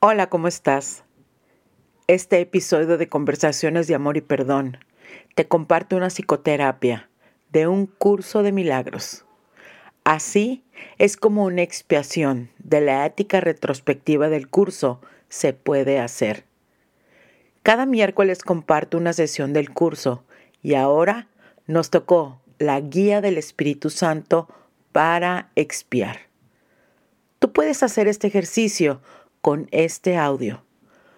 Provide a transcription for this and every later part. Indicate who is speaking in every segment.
Speaker 1: Hola, ¿cómo estás? Este episodio de Conversaciones de Amor y Perdón te comparte una psicoterapia de un curso de milagros. Así es como una expiación de la ética retrospectiva del curso se puede hacer. Cada miércoles comparto una sesión del curso y ahora nos tocó la guía del Espíritu Santo para expiar. Tú puedes hacer este ejercicio con este audio.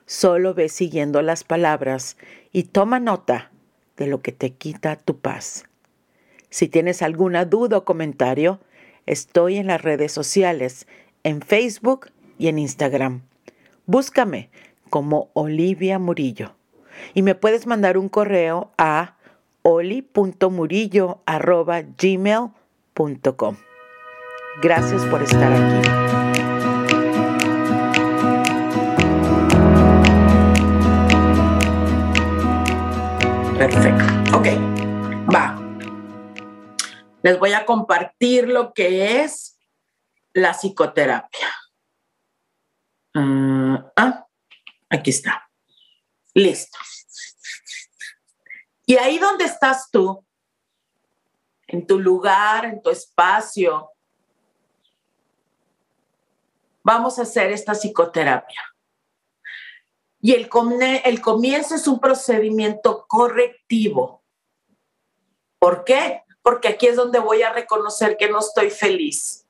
Speaker 1: Solo ve siguiendo las palabras y toma nota de lo que te quita tu paz. Si tienes alguna duda o comentario, estoy en las redes sociales, en Facebook y en Instagram. Búscame como Olivia Murillo y me puedes mandar un correo a oli.murillo.gmail.com. Gracias por estar aquí.
Speaker 2: Perfecto. Ok, va. Les voy a compartir lo que es la psicoterapia. Uh, ah, aquí está. Listo. Y ahí donde estás tú, en tu lugar, en tu espacio, vamos a hacer esta psicoterapia. Y el, el, comienzo es un procedimiento correctivo. ¿Por qué? Porque aquí es donde voy a reconocer que no estoy feliz.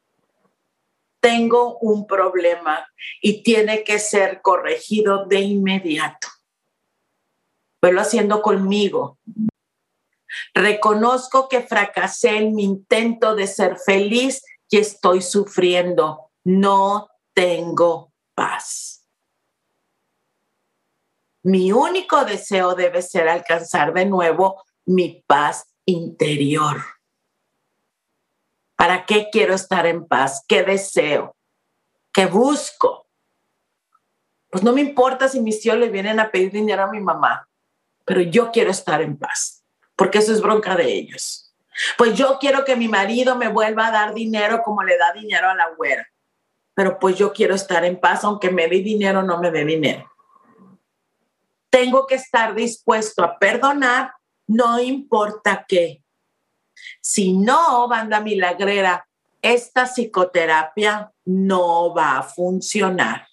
Speaker 2: Tengo un problema y tiene que ser corregido de inmediato. Pero haciendo conmigo. Reconozco que fracasé en mi intento de ser feliz y estoy sufriendo. No tengo paz. Mi único deseo debe ser alcanzar de nuevo mi paz interior. ¿Para qué quiero estar en paz? ¿Qué deseo? ¿Qué busco? Pues no me importa si mis tíos le vienen a pedir dinero a mi mamá, pero yo quiero estar en paz, porque eso es bronca de ellos. Pues yo quiero que mi marido me vuelva a dar dinero como le da dinero a la güera, pero pues yo quiero estar en paz, aunque me dé dinero o no me dé dinero tengo que estar dispuesto a perdonar, no importa qué. Si no, banda milagrera, esta psicoterapia no va a funcionar.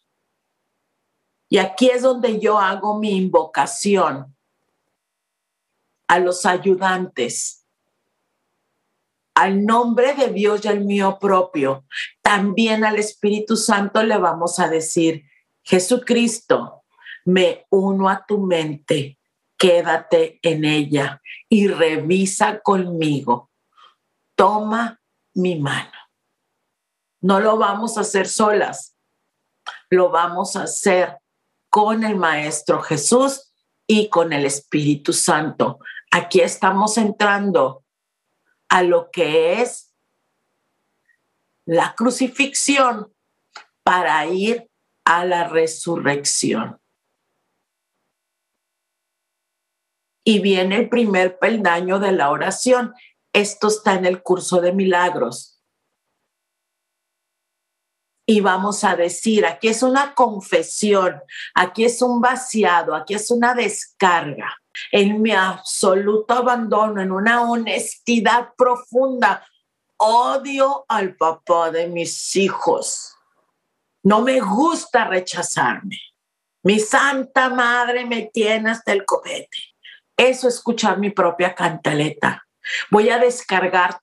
Speaker 2: Y aquí es donde yo hago mi invocación a los ayudantes, al nombre de Dios y al mío propio. También al Espíritu Santo le vamos a decir, Jesucristo, me uno a tu mente, quédate en ella y revisa conmigo. Toma mi mano. No lo vamos a hacer solas, lo vamos a hacer con el Maestro Jesús y con el Espíritu Santo. Aquí estamos entrando a lo que es la crucifixión para ir a la resurrección. y viene el primer peldaño de la oración. Esto está en el curso de milagros. Y vamos a decir, aquí es una confesión, aquí es un vaciado, aquí es una descarga. En mi absoluto abandono, en una honestidad profunda, odio al papá de mis hijos. No me gusta rechazarme. Mi santa madre me tiene hasta el copete eso escuchar mi propia cantaleta. Voy a descargar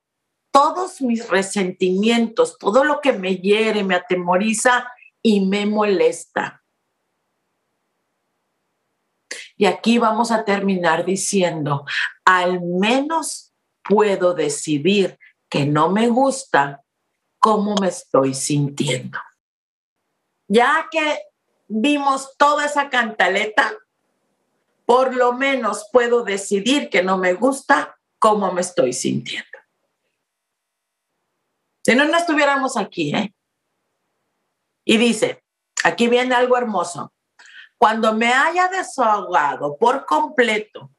Speaker 2: todos mis resentimientos, todo lo que me hiere, me atemoriza y me molesta. Y aquí vamos a terminar diciendo, al menos puedo decidir que no me gusta cómo me estoy sintiendo. Ya que vimos toda esa cantaleta, por lo menos puedo decidir que no me gusta cómo me estoy sintiendo. Si no, no estuviéramos aquí, ¿eh? Y dice, aquí viene algo hermoso. Cuando me haya desahogado por completo,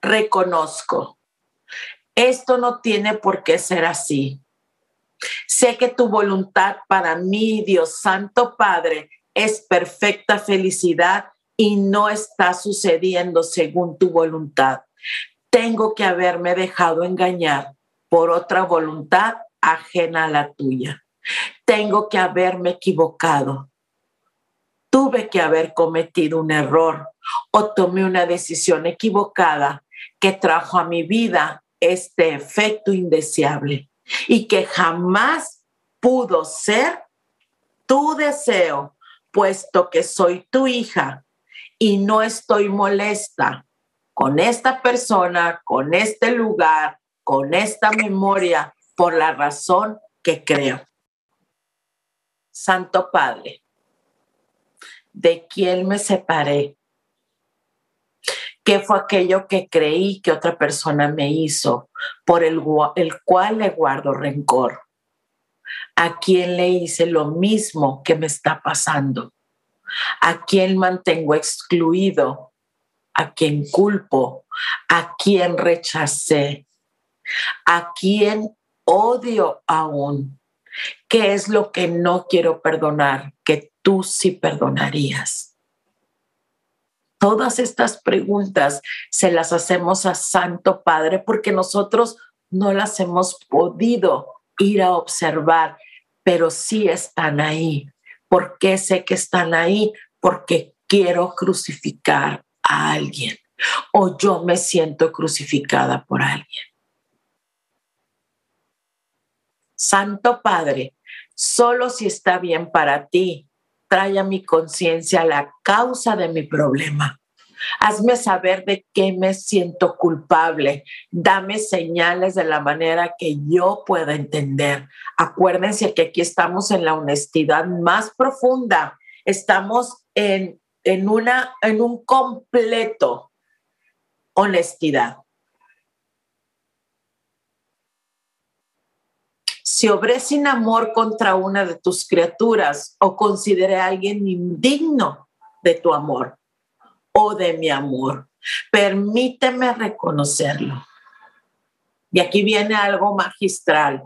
Speaker 2: reconozco, esto no tiene por qué ser así. Sé que tu voluntad para mí, Dios Santo Padre, es perfecta felicidad y no está sucediendo según tu voluntad. Tengo que haberme dejado engañar por otra voluntad ajena a la tuya. Tengo que haberme equivocado. Tuve que haber cometido un error o tomé una decisión equivocada que trajo a mi vida este efecto indeseable y que jamás pudo ser tu deseo, puesto que soy tu hija y no estoy molesta con esta persona, con este lugar, con esta memoria, por la razón que creo. Santo Padre, ¿de quién me separé? ¿Qué fue aquello que creí que otra persona me hizo, por el, el cual le guardo rencor? ¿A quién le hice lo mismo que me está pasando? ¿A quién mantengo excluido? ¿A quién culpo? ¿A quién rechacé? ¿A quién odio aún? ¿Qué es lo que no quiero perdonar que tú sí perdonarías? Todas estas preguntas se las hacemos a Santo Padre porque nosotros no las hemos podido ir a observar, pero sí están ahí. ¿Por qué sé que están ahí? Porque quiero crucificar a alguien o yo me siento crucificada por alguien. Santo Padre, solo si está bien para ti, trae a mi conciencia la causa de mi problema. Hazme saber de qué me siento culpable. Dame señales de la manera que yo pueda entender. Acuérdense que aquí estamos en la honestidad más profunda. Estamos en, en, una, en un completo honestidad. Si obré sin amor contra una de tus criaturas o consideré a alguien indigno de tu amor, o de mi amor. Permíteme reconocerlo. Y aquí viene algo magistral.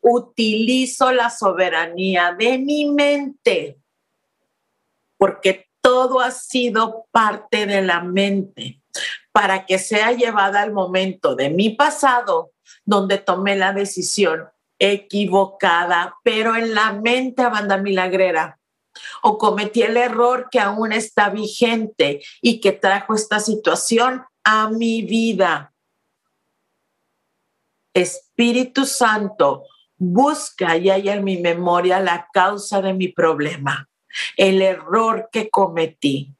Speaker 2: Utilizo la soberanía de mi mente, porque todo ha sido parte de la mente, para que sea llevada al momento de mi pasado, donde tomé la decisión equivocada, pero en la mente, banda milagrera, o cometí el error que aún está vigente y que trajo esta situación a mi vida. Espíritu Santo, busca y haya en mi memoria la causa de mi problema, el error que cometí,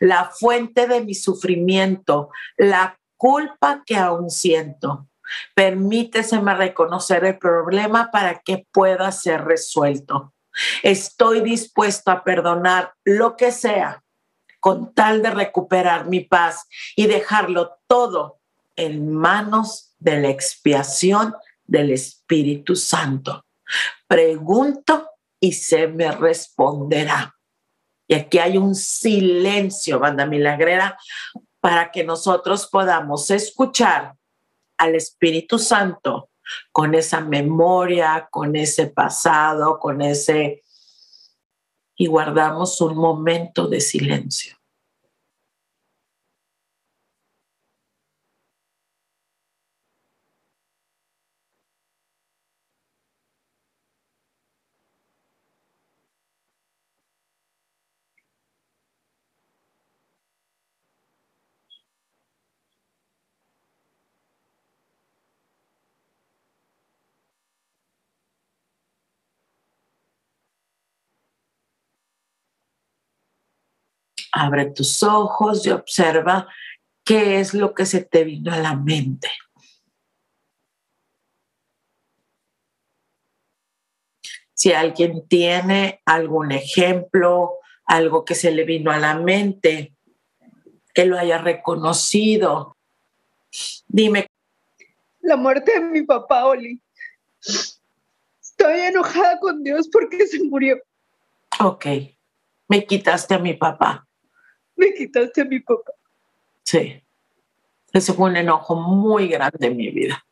Speaker 2: la fuente de mi sufrimiento, la culpa que aún siento. Permíteseme reconocer el problema para que pueda ser resuelto. Estoy dispuesto a perdonar lo que sea con tal de recuperar mi paz y dejarlo todo en manos de la expiación del Espíritu Santo. Pregunto y se me responderá. Y aquí hay un silencio, banda milagrera, para que nosotros podamos escuchar al Espíritu Santo con esa memoria, con ese pasado, con ese... Y guardamos un momento de silencio. abre tus ojos y observa qué es lo que se te vino a la mente. Si alguien tiene algún ejemplo, algo que se le vino a la mente, que lo haya reconocido, dime.
Speaker 3: La muerte de mi papá, Oli. Estoy enojada con Dios porque se murió.
Speaker 2: Ok, me quitaste a mi papá
Speaker 3: me quitaste a mi papá.
Speaker 2: Sí. Ese fue un enojo muy grande en mi vida.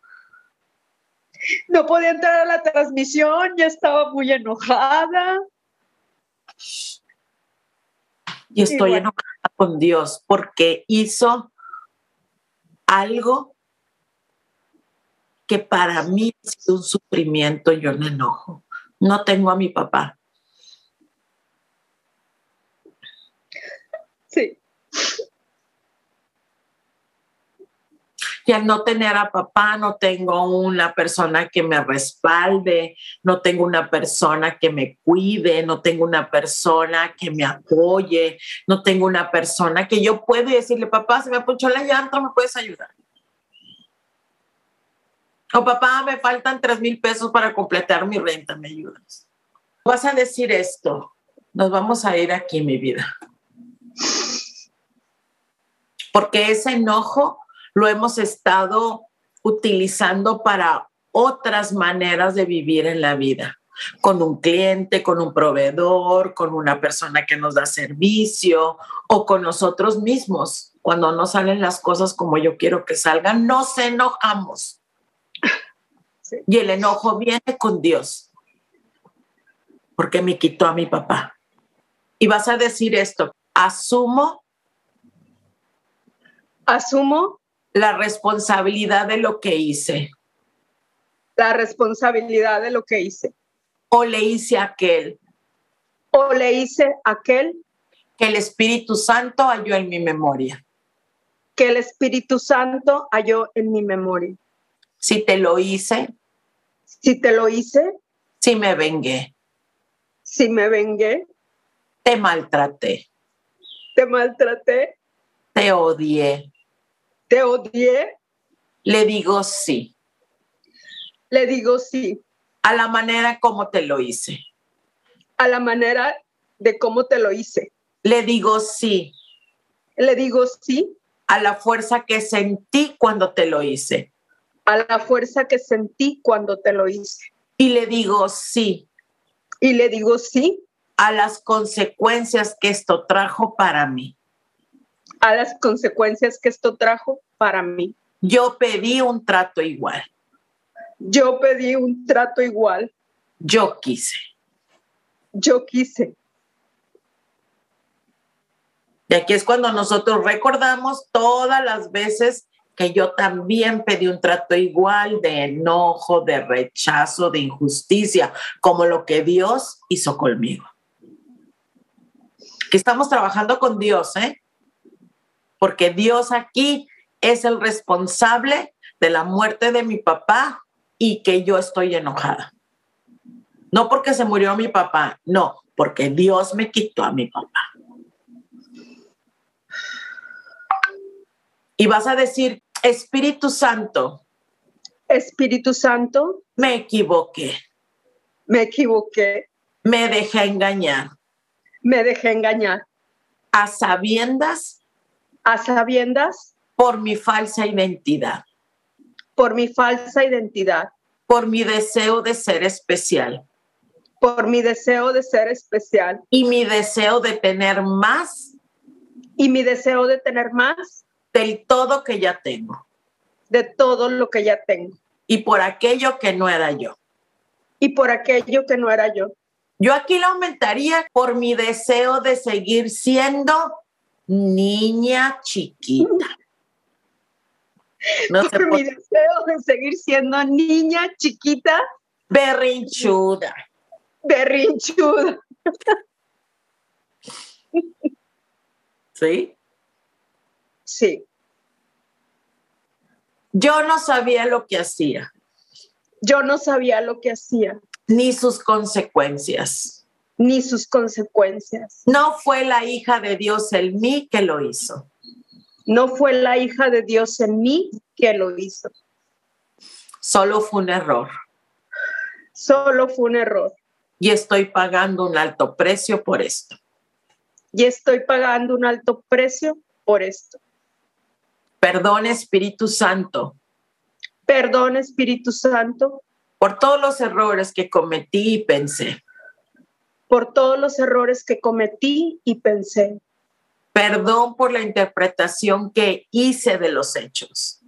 Speaker 3: No podía entrar a la transmisión, ya estaba muy enojada.
Speaker 2: Y estoy
Speaker 3: Igual.
Speaker 2: enojada con Dios porque hizo algo que para mí ha sido un sufrimiento y un enojo. No tengo a mi papá.
Speaker 3: Sí,
Speaker 2: Y al no tener a papá, no tengo una persona que me respalde, no tengo una persona que me cuide, no tengo una persona que me apoye, no tengo una persona que yo puedo y decirle, papá, se me ponchó la llanta, ¿me puedes ayudar? O papá, me faltan tres mil pesos para completar mi renta, ¿me ayudas? Vas a decir esto, nos vamos a ir aquí, mi vida. Porque ese enojo lo hemos estado utilizando para otras maneras de vivir en la vida, con un cliente, con un proveedor, con una persona que nos da servicio o con nosotros mismos. Cuando no salen las cosas como yo quiero que salgan, nos enojamos.
Speaker 3: Sí.
Speaker 2: Y el enojo viene con Dios, porque me quitó a mi papá. Y vas a decir esto, asumo
Speaker 3: asumo
Speaker 2: la responsabilidad de lo que hice.
Speaker 3: la responsabilidad de lo que hice.
Speaker 2: o le hice a aquel
Speaker 3: O le hice a aquel
Speaker 2: que el Espíritu Santo halló en mi memoria.
Speaker 3: que el Espíritu Santo halló en mi memoria.
Speaker 2: Si te lo hice,
Speaker 3: Si te lo hice,
Speaker 2: si me vengué,
Speaker 3: si me vengué,
Speaker 2: te maltraté,
Speaker 3: te maltraté,
Speaker 2: te odié,
Speaker 3: te odié,
Speaker 2: le digo sí,
Speaker 3: le digo sí,
Speaker 2: a la manera como te lo hice.
Speaker 3: a la manera de cómo te lo hice.
Speaker 2: Le digo sí
Speaker 3: Le digo sí
Speaker 2: a la fuerza que sentí cuando te lo hice.
Speaker 3: a la fuerza que sentí cuando te lo hice.
Speaker 2: Y le digo sí
Speaker 3: Y le digo sí
Speaker 2: a las consecuencias que esto trajo para mí.
Speaker 3: a las consecuencias que esto trajo para mí.
Speaker 2: Yo pedí un trato igual.
Speaker 3: Yo pedí un trato igual,
Speaker 2: Yo quise.
Speaker 3: yo quise.
Speaker 2: Y aquí es cuando nosotros recordamos todas las veces que yo también pedí un trato igual de enojo, de rechazo, de injusticia, como lo que Dios hizo conmigo. Que estamos trabajando con Dios, ¿eh? Porque Dios aquí es el responsable de la muerte de mi papá y que yo estoy enojada. No porque se murió mi papá, no, porque Dios me quitó a mi papá. y vas a decir, Espíritu Santo,
Speaker 3: Espíritu Santo,
Speaker 2: me equivoqué,
Speaker 3: me equivoqué,
Speaker 2: me dejé engañar
Speaker 3: me dejé engañar
Speaker 2: a sabiendas
Speaker 3: a sabiendas
Speaker 2: por mi falsa identidad,
Speaker 3: por mi falsa identidad,
Speaker 2: por mi deseo de ser especial
Speaker 3: por mi deseo de ser especial
Speaker 2: y mi deseo de tener más
Speaker 3: y mi deseo de tener más
Speaker 2: del todo que ya tengo
Speaker 3: de todo lo que ya tengo
Speaker 2: y por aquello que no era yo.
Speaker 3: y por aquello que no era yo.
Speaker 2: Yo aquí lo aumentaría por mi deseo de seguir siendo niña chiquita. No sé
Speaker 3: por mi deseo de seguir siendo niña chiquita
Speaker 2: berrinchuda.
Speaker 3: berrinchuda.
Speaker 2: ¿Sí?
Speaker 3: Sí,
Speaker 2: Yo no sabía lo que hacía,
Speaker 3: yo no sabía lo que hacía
Speaker 2: ni sus consecuencias.
Speaker 3: ni sus consecuencias.
Speaker 2: No fue la hija de Dios en mí que lo hizo.
Speaker 3: No fue la hija de Dios en mí que lo hizo.
Speaker 2: Solo fue un error.
Speaker 3: Solo fue un error.
Speaker 2: Y estoy pagando un alto precio por esto.
Speaker 3: Y estoy pagando un alto precio por esto.
Speaker 2: Perdón, Espíritu Santo,
Speaker 3: Perdón, Espíritu Santo,
Speaker 2: por todos los errores que cometí y pensé.
Speaker 3: por todos los errores que cometí y pensé.
Speaker 2: Perdón por la interpretación que hice de los hechos.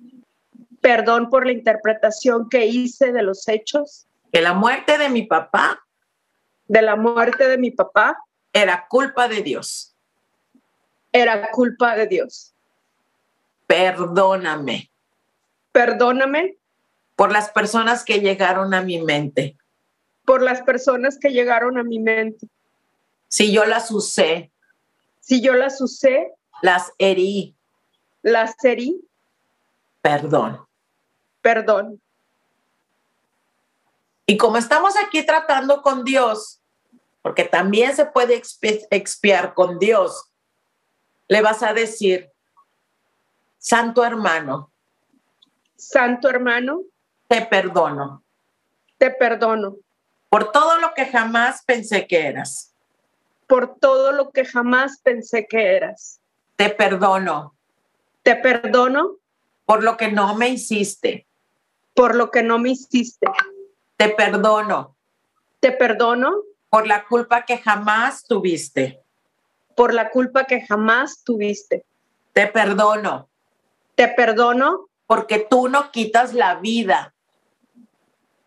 Speaker 3: Perdón por la interpretación que hice de los hechos,
Speaker 2: Que la muerte de mi papá
Speaker 3: de la muerte de mi papá,
Speaker 2: era culpa de Dios.
Speaker 3: Era culpa de Dios.
Speaker 2: Perdóname
Speaker 3: Perdóname
Speaker 2: por las personas que llegaron a mi mente.
Speaker 3: por las personas que llegaron a mi mente.
Speaker 2: Si yo las usé,
Speaker 3: Si yo las usé,
Speaker 2: las herí,
Speaker 3: las herí,
Speaker 2: perdón.
Speaker 3: perdón.
Speaker 2: Y como estamos aquí tratando con Dios, porque también se puede expi- expiar con Dios, le vas a decir, Santo hermano,
Speaker 3: Santo hermano,
Speaker 2: te perdono
Speaker 3: te perdono
Speaker 2: por todo lo que jamás pensé que eras.
Speaker 3: por todo lo que jamás pensé que eras.
Speaker 2: Te perdono
Speaker 3: Te perdono
Speaker 2: por lo que no me hiciste.
Speaker 3: por lo que no me hiciste.
Speaker 2: Te perdono
Speaker 3: Te perdono
Speaker 2: por la culpa que jamás tuviste.
Speaker 3: por la culpa que jamás tuviste.
Speaker 2: Te perdono
Speaker 3: Te perdono
Speaker 2: porque tú no quitas la vida.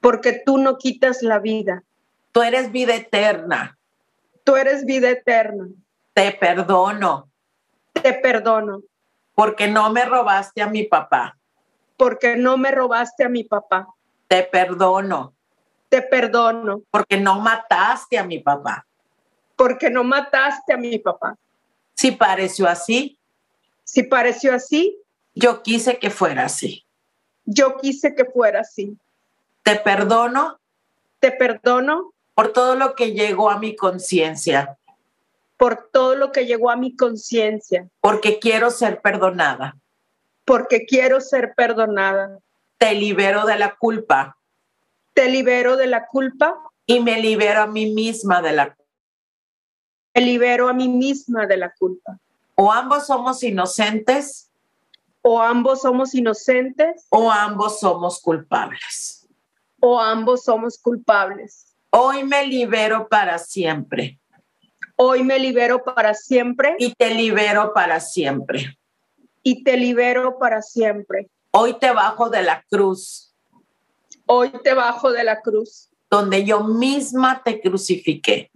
Speaker 3: porque tú no quitas la vida.
Speaker 2: Tú eres vida eterna.
Speaker 3: Tú eres vida eterna.
Speaker 2: Te perdono
Speaker 3: Te perdono
Speaker 2: porque no me robaste a mi papá.
Speaker 3: porque no me robaste a mi papá.
Speaker 2: Te perdono
Speaker 3: Te perdono
Speaker 2: porque no mataste a mi papá.
Speaker 3: porque no mataste a mi papá.
Speaker 2: Si pareció así,
Speaker 3: Si pareció así,
Speaker 2: yo quise que fuera así.
Speaker 3: yo quise que fuera así.
Speaker 2: Te perdono
Speaker 3: Te perdono
Speaker 2: por todo lo que llegó a mi conciencia,
Speaker 3: por todo lo que llegó a mi conciencia,
Speaker 2: porque quiero ser perdonada.
Speaker 3: porque quiero ser perdonada.
Speaker 2: Te libero de la culpa
Speaker 3: Te libero de la culpa,
Speaker 2: y me libero a mí misma de la
Speaker 3: te libero a mí misma de la culpa.
Speaker 2: O ambos somos inocentes
Speaker 3: O ambos somos inocentes
Speaker 2: o ambos somos culpables.
Speaker 3: o ambos somos culpables.
Speaker 2: Hoy me libero para siempre
Speaker 3: Hoy me libero para siempre
Speaker 2: y te libero para siempre.
Speaker 3: y te libero para siempre.
Speaker 2: Hoy te bajo de la cruz
Speaker 3: Hoy te bajo de la cruz,
Speaker 2: donde yo misma te crucifiqué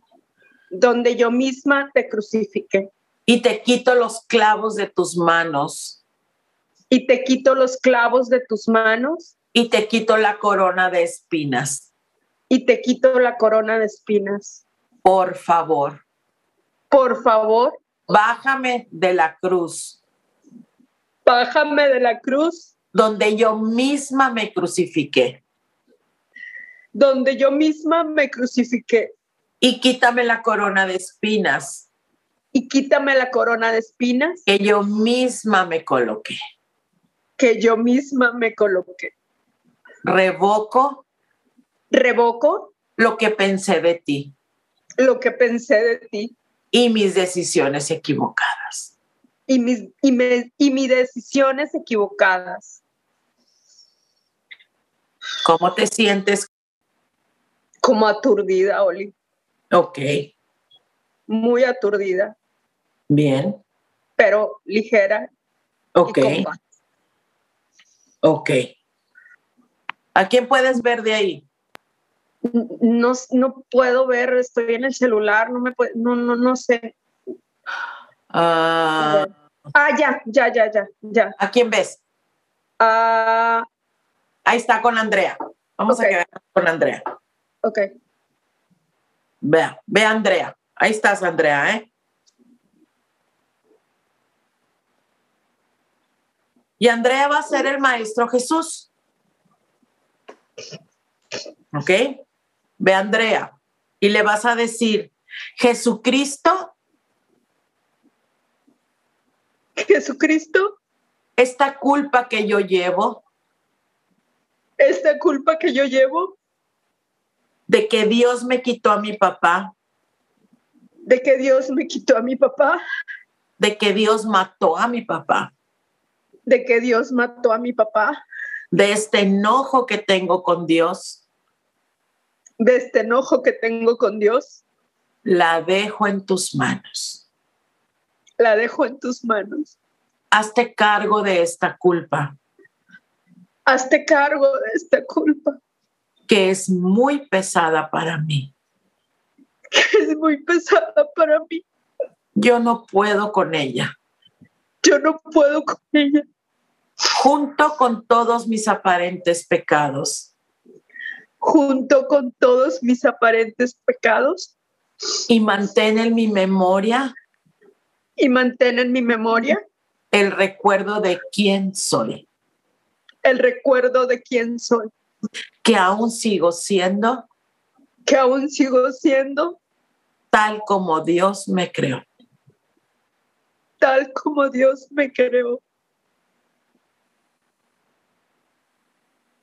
Speaker 3: donde yo misma te crucifiqué,
Speaker 2: y te quito los clavos de tus manos
Speaker 3: y te quito los clavos de tus manos,
Speaker 2: y te quito la corona de espinas.
Speaker 3: y te quito la corona de espinas.
Speaker 2: Por favor,
Speaker 3: Por favor,
Speaker 2: bájame de la cruz
Speaker 3: bájame de la cruz,
Speaker 2: donde yo misma me crucifiqué
Speaker 3: donde yo misma me crucifiqué,
Speaker 2: y quítame la corona de espinas
Speaker 3: y quítame la corona de espinas
Speaker 2: que yo misma me coloqué.
Speaker 3: que yo misma me coloqué.
Speaker 2: Revoco
Speaker 3: Revoco
Speaker 2: lo que pensé de ti
Speaker 3: lo que pensé de ti
Speaker 2: y mis decisiones equivocadas.
Speaker 3: y mis, y me- y mis decisiones equivocadas.
Speaker 2: ¿Cómo te sientes?
Speaker 3: Como aturdida, Oli,
Speaker 2: Ok,
Speaker 3: muy aturdida,
Speaker 2: bien.
Speaker 3: pero ligera
Speaker 2: Ok,
Speaker 3: y con paz.
Speaker 2: ok. ¿A quién puedes ver de ahí?
Speaker 3: N- No, s- no puedo ver, estoy en el celular, no me puedo, no, no, no sé.
Speaker 2: Ah,
Speaker 3: Ah, ya, ya, ya, ya, ya.
Speaker 2: ¿A quién ves?
Speaker 3: Ah,
Speaker 2: Ahí está con Andrea. Vamos
Speaker 3: Ok.
Speaker 2: a quedar con Andrea.
Speaker 3: ok.
Speaker 2: Vea, ve a Andrea. Ahí estás, Andrea, ¿eh? Y Andrea va a ser el maestro Jesús. ¿Ok? Ve a Andrea y le vas a decir, Jesucristo
Speaker 3: Jesucristo,
Speaker 2: esta culpa que yo llevo
Speaker 3: esta culpa que yo llevo
Speaker 2: de que Dios me quitó a mi papá,
Speaker 3: de que Dios me quitó a mi papá,
Speaker 2: de que Dios mató a mi papá,
Speaker 3: de que Dios mató a mi papá,
Speaker 2: de este enojo que tengo con Dios,
Speaker 3: de este enojo que tengo con Dios,
Speaker 2: la dejo en tus manos.
Speaker 3: la dejo en tus manos.
Speaker 2: hazte cargo de esta culpa,
Speaker 3: Hazte cargo de esta culpa,
Speaker 2: que es muy pesada para mí.
Speaker 3: que es muy pesada para mí.
Speaker 2: Yo no puedo con ella.
Speaker 3: Yo no puedo con ella.
Speaker 2: Junto con todos mis aparentes pecados
Speaker 3: Junto con todos mis aparentes pecados
Speaker 2: y mantén en mi memoria
Speaker 3: y mantén en mi memoria
Speaker 2: el recuerdo de quién soy,
Speaker 3: el recuerdo de quién soy,
Speaker 2: que aún sigo siendo
Speaker 3: que aún sigo siendo
Speaker 2: tal como Dios me creó.
Speaker 3: tal como Dios me creó.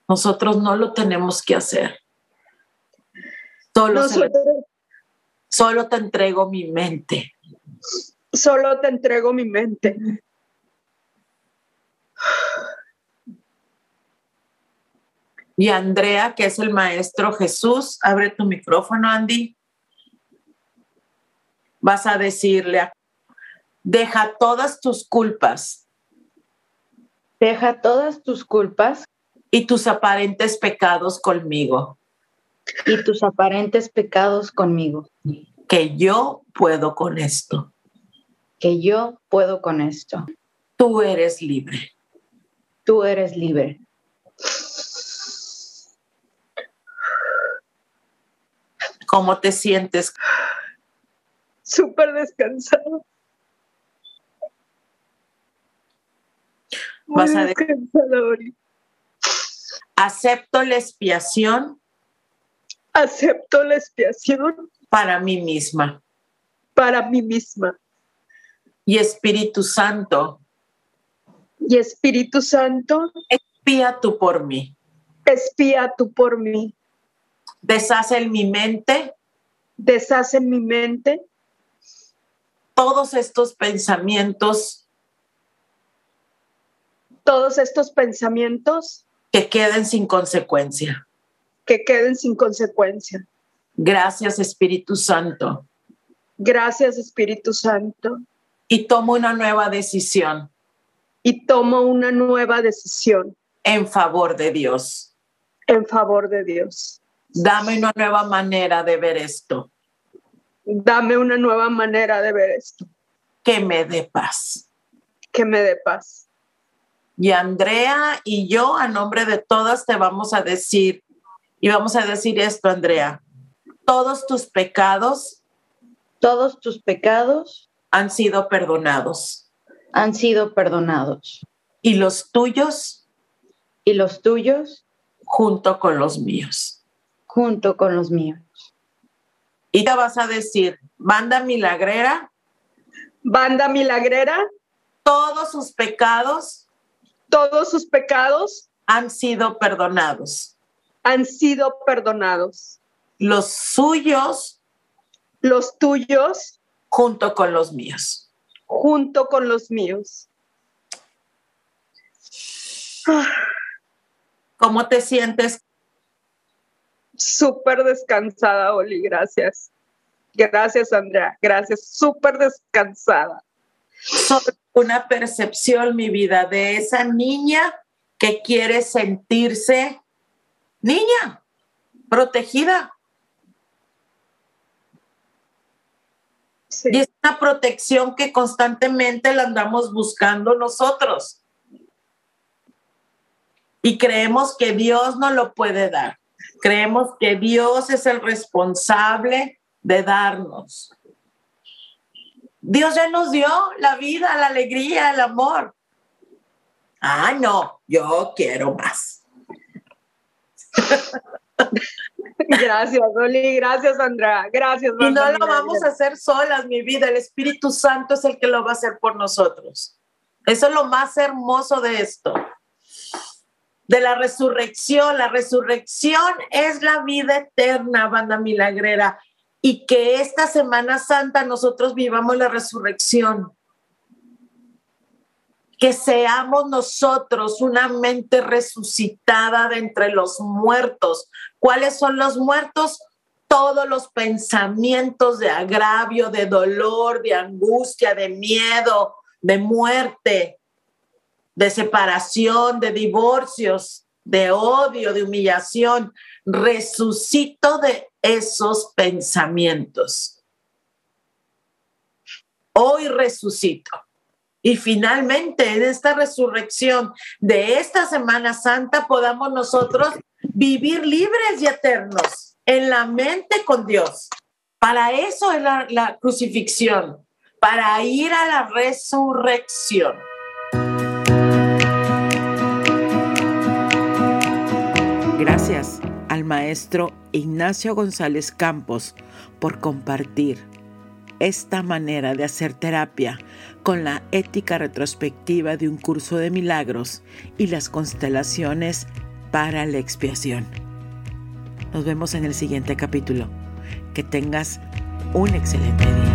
Speaker 2: Nosotros no lo tenemos que hacer. Solo, se le-
Speaker 3: Nosotros
Speaker 2: solo te entrego mi mente.
Speaker 3: solo te entrego mi mente.
Speaker 2: Y Andrea, que es el maestro Jesús, abre tu micrófono, Andy. Vas a decirle, a- deja todas tus culpas
Speaker 4: Deja todas tus culpas
Speaker 2: y tus aparentes pecados conmigo,
Speaker 4: y tus aparentes pecados conmigo,
Speaker 2: que yo puedo con esto.
Speaker 4: que yo puedo con esto.
Speaker 2: Tú eres libre.
Speaker 4: Tú eres libre.
Speaker 2: ¿Cómo te sientes?
Speaker 3: Súper descansado. Muy
Speaker 2: Vas a de-
Speaker 3: descansado, Oli.
Speaker 2: Acepto la expiación
Speaker 3: Acepto la expiación
Speaker 2: para mí misma.
Speaker 3: para mí misma.
Speaker 2: Y Espíritu Santo,
Speaker 3: Y Espíritu Santo,
Speaker 2: pía tú por mí.
Speaker 3: espía tú por mí.
Speaker 2: Deshace en mi mente
Speaker 3: Deshace en mi mente
Speaker 2: todos estos pensamientos
Speaker 3: todos estos pensamientos
Speaker 2: que queden sin consecuencia.
Speaker 3: que queden sin consecuencia.
Speaker 2: Gracias Espíritu Santo.
Speaker 3: Gracias, Espíritu Santo.
Speaker 2: Y tomo una nueva decisión
Speaker 3: Y tomo una nueva decisión
Speaker 2: en favor de Dios.
Speaker 3: en favor de Dios.
Speaker 2: Dame una nueva manera de ver esto
Speaker 3: Dame una nueva manera de ver esto,
Speaker 2: que me dé paz.
Speaker 3: que me dé paz.
Speaker 2: Y Andrea y yo, a nombre de todas, te vamos a decir, y vamos a decir esto, Andrea, todos tus pecados
Speaker 4: Todos tus pecados
Speaker 2: han sido perdonados
Speaker 4: han sido perdonados
Speaker 2: y los tuyos
Speaker 4: y los tuyos
Speaker 2: junto con los míos.
Speaker 4: junto con los míos.
Speaker 2: Y te vas a decir, banda milagrera,
Speaker 3: Banda milagrera,
Speaker 2: todos sus pecados
Speaker 3: todos sus pecados
Speaker 2: han sido perdonados.
Speaker 3: han sido perdonados,
Speaker 2: Los suyos
Speaker 3: los tuyos
Speaker 2: junto con los míos.
Speaker 3: junto con los míos.
Speaker 2: ¿Cómo te sientes?
Speaker 3: Súper descansada, Oli, gracias. Gracias, Andrea, gracias. Súper descansada.
Speaker 2: Sobre una percepción, mi vida, de esa niña que quiere sentirse niña, protegida.
Speaker 3: Sí,
Speaker 2: Y es una protección que constantemente la andamos buscando nosotros. Y creemos que Dios no lo puede dar. Creemos que Dios es el responsable de darnos. Dios ya nos dio la vida, la alegría, el amor. Ah, no, yo quiero más.
Speaker 3: Gracias, Oli, gracias, Andrea, gracias.
Speaker 2: Y no
Speaker 3: banda
Speaker 2: lo vamos a
Speaker 3: milagrera.
Speaker 2: hacer solas, mi vida. El Espíritu Santo es el que lo va a hacer por nosotros. Eso es lo más hermoso de esto. De la resurrección. La resurrección es la vida eterna, banda milagrera. Y que esta Semana Santa nosotros vivamos la resurrección. Que seamos nosotros una mente resucitada de entre los muertos. ¿Cuáles son los muertos? todos los pensamientos de agravio, de dolor, de angustia, de miedo, de muerte, de separación, de divorcios, de odio, de humillación. Resucito de esos pensamientos. Hoy resucito. Y finalmente, en esta resurrección de esta Semana Santa, podamos nosotros vivir libres y eternos en la mente con Dios. Para eso es la, la crucifixión, para ir a la resurrección.
Speaker 1: Gracias al maestro Ignacio González Campos por compartir esta manera de hacer terapia con la ética retrospectiva de un curso de milagros y las constelaciones para la expiación. Nos vemos en el siguiente capítulo. Que tengas un excelente día.